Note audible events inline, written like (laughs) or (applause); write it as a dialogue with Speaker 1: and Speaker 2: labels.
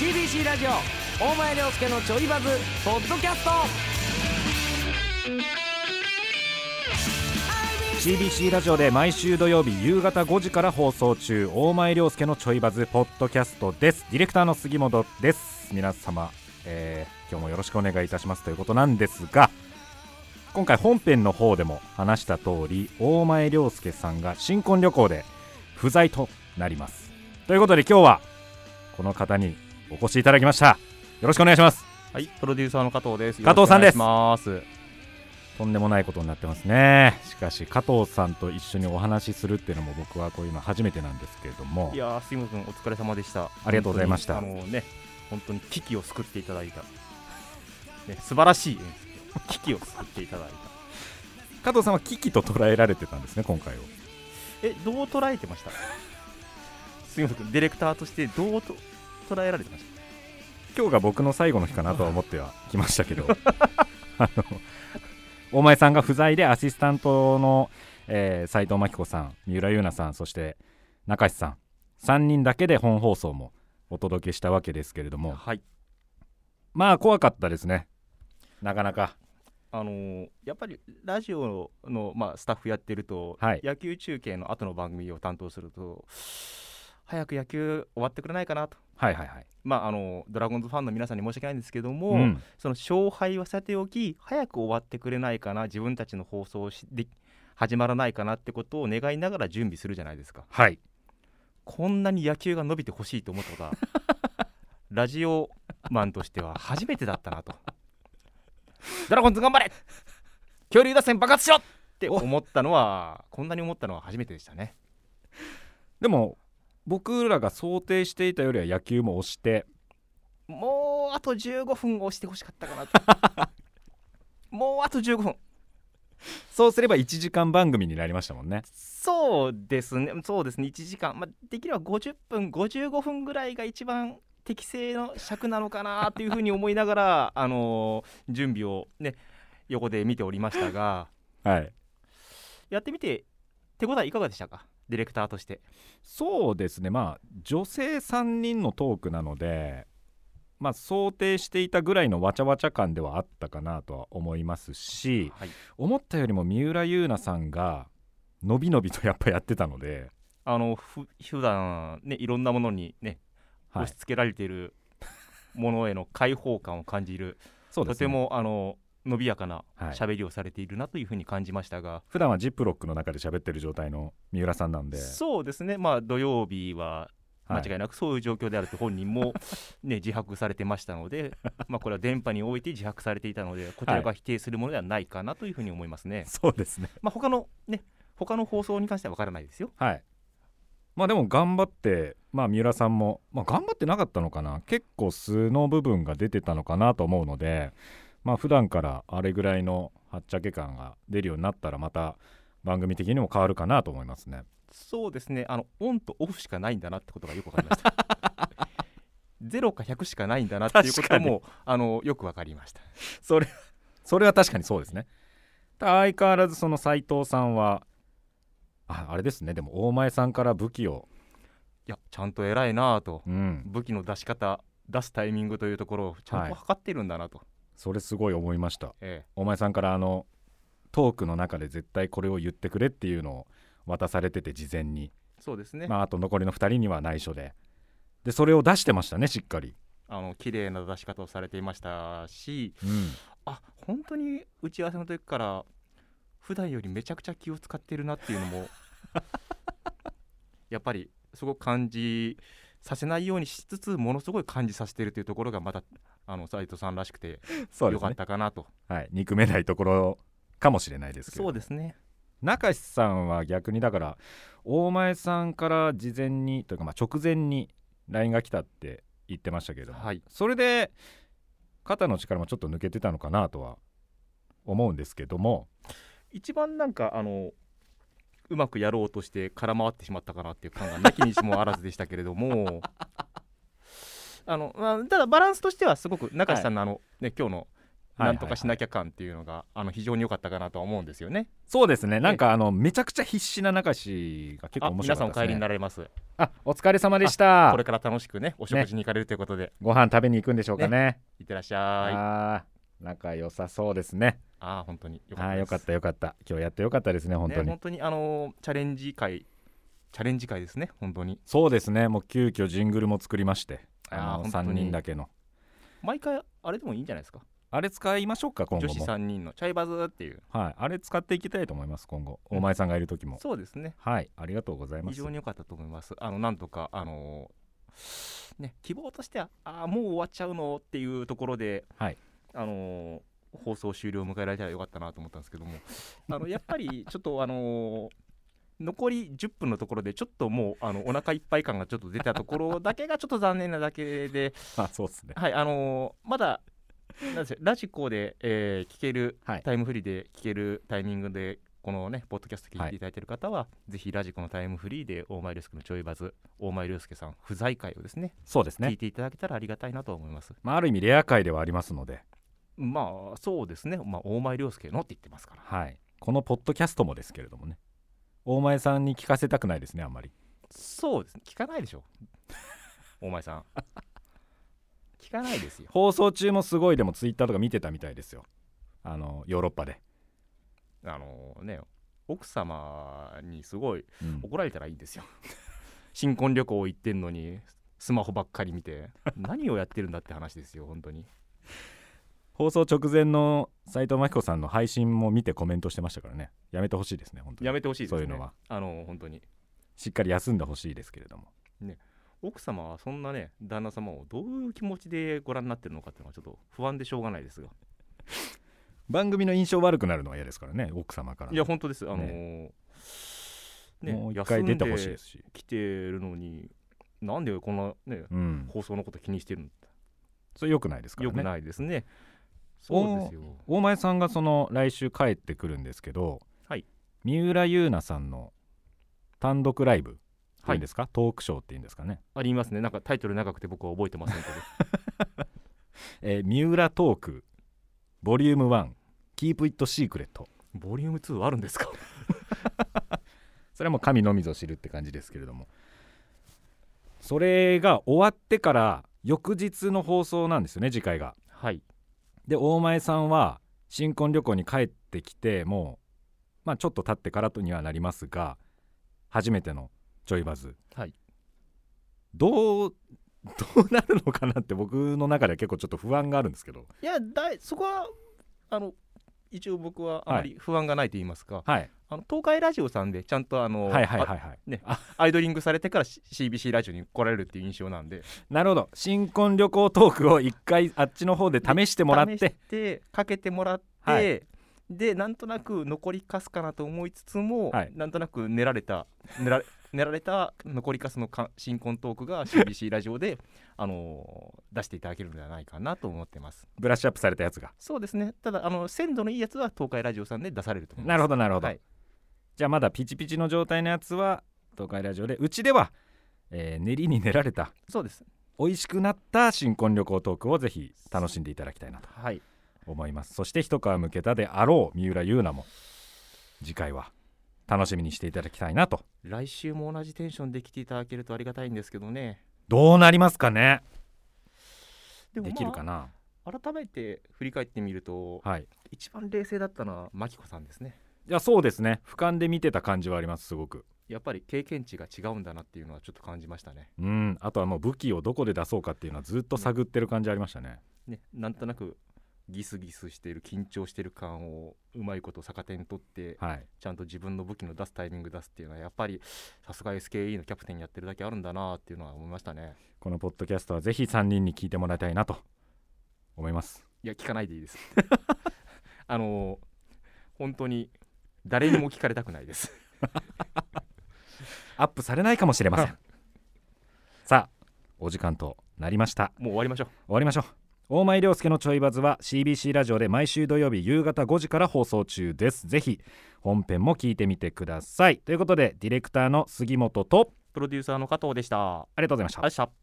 Speaker 1: ABC ラジオ大前涼介のちょいバズポッドキャスト
Speaker 2: CBC ラジオで毎週土曜日夕方5時から放送中大前涼介のちょいバズポッドキャストですディレクターの杉本です皆様、えー今日もよろしくお願いいたしますということなんですが今回本編の方でも話した通り大前涼介さんが新婚旅行で不在となりますということで今日はこの方にお越しいただきましたよろしくお願いします
Speaker 3: はい、プロデューサーの加藤です。
Speaker 2: 加藤さんです
Speaker 3: よろしくお願いし
Speaker 2: とんでもないことになってますねしかし加藤さんと一緒にお話しするっていうのも僕はこういうの初めてなんですけれども
Speaker 3: ます。いやー、杉本君、お疲れ様でした。
Speaker 2: ありがとうございました
Speaker 3: 本当にあのね、本当に危機を救っていただいた。ね、素晴らしい演出。危機を救っていただいた。
Speaker 2: 加藤さんは危機と捉えられてたんですね今回を
Speaker 3: え、どう捉えてました杉本君、ディレクターとしてどうと捉えられてました
Speaker 2: 今日が僕の最後の日かなとは思ってはきましたけ
Speaker 3: (laughs)
Speaker 2: どあの大前さんが不在でアシスタントの、えー斉藤真希子さん三浦優奈さんそして中志さん3人だけで本放送もお届けしたわけですけれども
Speaker 3: はい。
Speaker 2: まあ怖かったですねなかなか
Speaker 3: あのーやっぱりラジオの、まあ、スタッフやってると、
Speaker 2: はい
Speaker 3: 野球中継の後の番組を担当すると早く野球終わってくれないかなと、
Speaker 2: はいはいはい
Speaker 3: まあ、あのドラゴンズファンの皆さんに申し訳ないんですけども、
Speaker 2: うん
Speaker 3: その勝敗はさておき早く終わってくれないかな自分たちの放送をしで始まらないかなってことを願いながら準備するじゃないですか
Speaker 2: はい
Speaker 3: こんなに野球が伸びてほしいと思ったことは (laughs) ラジオマンとしては初めてだったなとドラゴンズ頑張れ恐竜打線爆発しろって思ったのはこんなに思ったのは初めてでしたね
Speaker 2: でも僕らが想定していたよりは野球も押して
Speaker 3: もうあと15分押してほしかったかなと (laughs) もうあと15分
Speaker 2: そうすれば1時間番組になりましたもんね
Speaker 3: そうですね、そうですね、1時間、まあ、できれば50分、55分ぐらいが一番適正の尺なのかなというふうに思いながら、 (laughs) あのー準備をね、横で見ておりまし
Speaker 2: (laughs)
Speaker 3: たが、
Speaker 2: はい
Speaker 3: やってみて、手応えいかがでしたか、ディレクターとして。
Speaker 2: そうですねまあ女性3人のトークなのでまあ想定していたぐらいのわちゃわちゃ感ではあったかなとは思いますし
Speaker 3: はい、
Speaker 2: 思ったよりも三浦優奈さんがのびのびとやっぱやってたので、
Speaker 3: あのふ普段ね、いろんなものにね、
Speaker 2: はい
Speaker 3: 押し付けられている
Speaker 2: (laughs)
Speaker 3: ものへの解放感を感じる、
Speaker 2: そうで
Speaker 3: と
Speaker 2: すね
Speaker 3: てもあの伸びやかな
Speaker 2: はい
Speaker 3: 喋りをされているなというふうに感じましたが。
Speaker 2: 普段はジップロックの中で喋ってる状態の三浦さんなんで、
Speaker 3: そうですね、まあ、土曜日は
Speaker 2: は
Speaker 3: 間
Speaker 2: い
Speaker 3: 違いなくそういう状況であると本
Speaker 2: (laughs)
Speaker 3: 人も、ね、自白されてましたので、まあ、これは電波において自白されていたので、こちらが否定するものではないかなというふうに思いますね。
Speaker 2: そうですね
Speaker 3: まあ、他のね他の放送に関しては分からないですよ。
Speaker 2: はいまあでも頑張ってまあ三浦さんも、まあ、頑張ってなかったのかな結構素の部分が出てたのかなと思うのでまあ普段からあれぐらいのはっちゃけ感が出るようになったらまた番組的にも変わるかなと思いますね
Speaker 3: そうですね、あのオンとオフしかないんだなってことがよく分かり
Speaker 2: (laughs)
Speaker 3: ました。0か100しかないんだなっていうこともあのよく分かりました。
Speaker 2: それそれは確かにそうですねただ相変わらずその斎藤さんはああれですねでも大前さんから武器を
Speaker 3: いやちゃんと偉いなぁと
Speaker 2: うん
Speaker 3: 武器の出し方出すタイミングというところをちゃんと測ってるんだなと。
Speaker 2: それすごい思いました
Speaker 3: ええ
Speaker 2: お前さんからあのトークの中で絶対これを言ってくれっていうのを渡されてて事前に、
Speaker 3: そうですね、
Speaker 2: まあ、あと残りの2人には内緒ででそれを出してましたねしっかり、
Speaker 3: あの綺麗な出し方をされていましたし
Speaker 2: うん、
Speaker 3: あ本当に打ち合わせの時から普段よりめちゃくちゃ気を使ってるなっていう
Speaker 2: (laughs)
Speaker 3: のもやっぱりすごく感じさせないようにしつつものすごい感じさせてるというところがまたあの斉藤さんらしくて
Speaker 2: そうで
Speaker 3: よ
Speaker 2: す
Speaker 3: かっ
Speaker 2: ね、
Speaker 3: たかなと
Speaker 2: はい、憎めないところかもしれないですけど
Speaker 3: ですね
Speaker 2: 中志さんは逆にだから大前さんから事前にというかまあ直前に LINE が来たって言ってましたけれども、
Speaker 3: はい
Speaker 2: それで肩の力もちょっと抜けてたのかなとは思うんですけども
Speaker 3: 一番なんかあのうまくやろうとして空回ってしまったかなっていう感がなきにしもあらずでしたけれど (laughs) もあの、まあ、ただバランスとしてはすごく中地さんのあの、ね、今日の
Speaker 2: はい
Speaker 3: なんとかしなきゃ感っていうのがあの非常に良かったかなとは思うんですよね。
Speaker 2: そうですねなんかあのめちゃくちゃ必死な中志が結構
Speaker 3: あ
Speaker 2: 面
Speaker 3: 皆
Speaker 2: 白
Speaker 3: さ
Speaker 2: か
Speaker 3: ん
Speaker 2: っ
Speaker 3: お
Speaker 2: た
Speaker 3: 帰
Speaker 2: です、ね、
Speaker 3: りになられます。
Speaker 2: あお疲れ様でした
Speaker 3: これから楽しくねお食事に行かれるということで、
Speaker 2: ご飯食べに行くんでしょうかね
Speaker 3: いってらっしゃい。
Speaker 2: あー仲良さそうですね
Speaker 3: ああ本当に良かっ
Speaker 2: あ
Speaker 3: た
Speaker 2: ー
Speaker 3: です。
Speaker 2: よかったよかった今日やってよかったですね本当に、
Speaker 3: ね、本当にあのーチャレンジ会チャレンジ会ですね本当に
Speaker 2: そうですねもう急遽ジングルも作りまして
Speaker 3: あー
Speaker 2: あの
Speaker 3: 本当に
Speaker 2: 3人だけの
Speaker 3: 毎回あれでもいいんじゃないですか
Speaker 2: あれ使いましょうか今
Speaker 3: 女
Speaker 2: 後
Speaker 3: 子
Speaker 2: も
Speaker 3: 3人のチャイバズっていう
Speaker 2: はいあれ使っていきたいと思います今後
Speaker 3: うん
Speaker 2: お前さんがいる時も
Speaker 3: そうですね
Speaker 2: はいありがとうございま
Speaker 3: 非
Speaker 2: す
Speaker 3: 常に良かったと思いますあのなんとかあのーね希望としてはあーもう終わっちゃうのっていうところで、
Speaker 2: はい
Speaker 3: あのー放送終了を迎えられたらよかったなと思ったんですけどもあのやっ
Speaker 2: (laughs)
Speaker 3: ぱりちょっとあのー残り10分のところでちょっともうあのお腹いっぱい感がちょっと出たところだけがちょっと残念なだけで
Speaker 2: (laughs) あそうですね
Speaker 3: はい、あのーまだなんですよラジコで、えー聞ける、
Speaker 2: はい
Speaker 3: タイムフリーで聞けるタイミングでこのねポッドキャスト聞いていただいている方は、ぜひラジコのタイムフリーで大前涼介のちょいバズ大前涼介さん不在会をですね
Speaker 2: そうです
Speaker 3: 聞
Speaker 2: ね
Speaker 3: いていただけたらありがたいなと思います
Speaker 2: まあある意味レア回ではありますので
Speaker 3: まあそうですね、まあ、大前涼介のって言ってますから
Speaker 2: はいこのポッドキャストもですけれどもね大前さんに聞かせたくないですねあんまり
Speaker 3: そうですね聞かないでしょ大前 (laughs) さん聞かないですよ
Speaker 2: 放送中もすごいでもツイッターとか見てたみたいですよあのヨーロッパで、
Speaker 3: あのーね奥様にすごい
Speaker 2: うん
Speaker 3: 怒られたらいいんですよ (laughs) 新婚旅行行ってんのにスマホばっかり見て何をやってるんだって話ですよ本当に
Speaker 2: 放送直前の斉藤真希子さんの配信も見てコメントしてましたからねやめてほしいですね本当に
Speaker 3: (laughs) やめてほしいですね
Speaker 2: そういうのは
Speaker 3: あの本当に
Speaker 2: しっかり休んでほしいですけれども
Speaker 3: 奥様はそんなね旦那様をどういう気持ちでご覧になってるのかっていうのはちょっと不安でしょうがないですが
Speaker 2: 番組の印象悪くなるのは嫌ですからね奥様から
Speaker 3: いや本当ですあのーね
Speaker 2: もう一回出てほしいですし、
Speaker 3: 来てるのになんでこんなね
Speaker 2: うん、
Speaker 3: 放送のこと気にしてるの
Speaker 2: それ良くないですから
Speaker 3: よく
Speaker 2: ね
Speaker 3: ないですねそうですよ
Speaker 2: 大前さんがその来週帰ってくるんですけど、
Speaker 3: はい
Speaker 2: 三浦優奈さんの単独ライブっていうんですか、トークショーっていうんですかね、
Speaker 3: ありますねなんかタイトル長くて僕は覚えてませんけど
Speaker 2: えー三浦トークボリューム1キープイットシークレット
Speaker 3: (laughs) ボリューム2あるんですか
Speaker 2: それはもう神のみぞ知るって感じですけれどもそれが終わってから翌日の放送なんですよね次回が
Speaker 3: はい
Speaker 2: で大前さんは新婚旅行に帰ってきてもう、まあ、ちょっと経ってからとにはなりますが初めてのちょいバズ
Speaker 3: はい
Speaker 2: どう (laughs) どうなるのかなって僕の中では結構ちょっと不安があるんですけど
Speaker 3: いやだいそこはあの一応僕はあまり不安がないと言いますか、
Speaker 2: はい
Speaker 3: あの東海ラジオさんでちゃんとあの、
Speaker 2: はいはいはい
Speaker 3: あ
Speaker 2: はい
Speaker 3: ねアイドリングされてから C- CBC ラジオに来られるっていう印象なんで
Speaker 2: なるほど新婚旅行トークを一回あっちの方で試してもらって
Speaker 3: 試してかけてもらって、
Speaker 2: はい
Speaker 3: でなんとなく残りかすかなと思いつつも、
Speaker 2: はい
Speaker 3: なんとなく練られた練ら練られ (laughs) た残りかすのか新婚トークが CBC ラジオで、あの出していただけるのではないかなと思ってます
Speaker 2: ブラッシュアップされたやつが
Speaker 3: そうですねただあの鮮度のいいやつは東海ラジオさんで出されると思いま
Speaker 2: な
Speaker 3: す
Speaker 2: るほどなるほど、
Speaker 3: はい
Speaker 2: じゃあまだピチピチの状態のやつは東海ラジオでうちでは、えー練りに練られた
Speaker 3: そうです
Speaker 2: 美味しくなった新婚旅行トークをぜひ楽しんでいただきたいなと
Speaker 3: はい
Speaker 2: 思いますそして一皮むけたであろう三浦優奈も次回は楽しみにしていただきたいなと
Speaker 3: 来週も同じテンションで来ていただけるとありがたいんですけどね
Speaker 2: どうなりますかね
Speaker 3: でも、
Speaker 2: で
Speaker 3: まあ、
Speaker 2: きるかな、
Speaker 3: 改めて振り返ってみると
Speaker 2: はい
Speaker 3: 一番冷静だったのはマキコさんですね
Speaker 2: いやそうですね俯瞰で見てた感じはありますすごく
Speaker 3: やっぱり経験値が違うんだなっていうのはちょっと感じましたね
Speaker 2: うんあとはもう武器をどこで出そうかっていうのはずっと探ってる感じありましたね
Speaker 3: ねなんとなくギスギスしている緊張している感をうまいこと逆手に取って
Speaker 2: はい
Speaker 3: ちゃんと自分の武器の出すタイミング出すっていうのはやっぱりさすが SKE のキャプテンやってるだけあるんだなっていうのは思いましたね
Speaker 2: このポッドキャストはぜひ3人に聞いてもらいたいなと思います
Speaker 3: いや聞かないでいいです (laughs) あの本当に誰にも聞かれたくないです
Speaker 2: アップされないかもしれませ
Speaker 3: (laughs)
Speaker 2: んさあお時間となりました
Speaker 3: もう終わりましょう
Speaker 2: 終わりましょう大前涼介のちょいバズは CBC ラジオで毎週土曜日夕方5時から放送中ですぜひ本編も聞いてみてくださいということでディレクターの杉本と
Speaker 3: プロデューサーの加藤でしたあり
Speaker 2: ありがとうございました
Speaker 3: がとうございました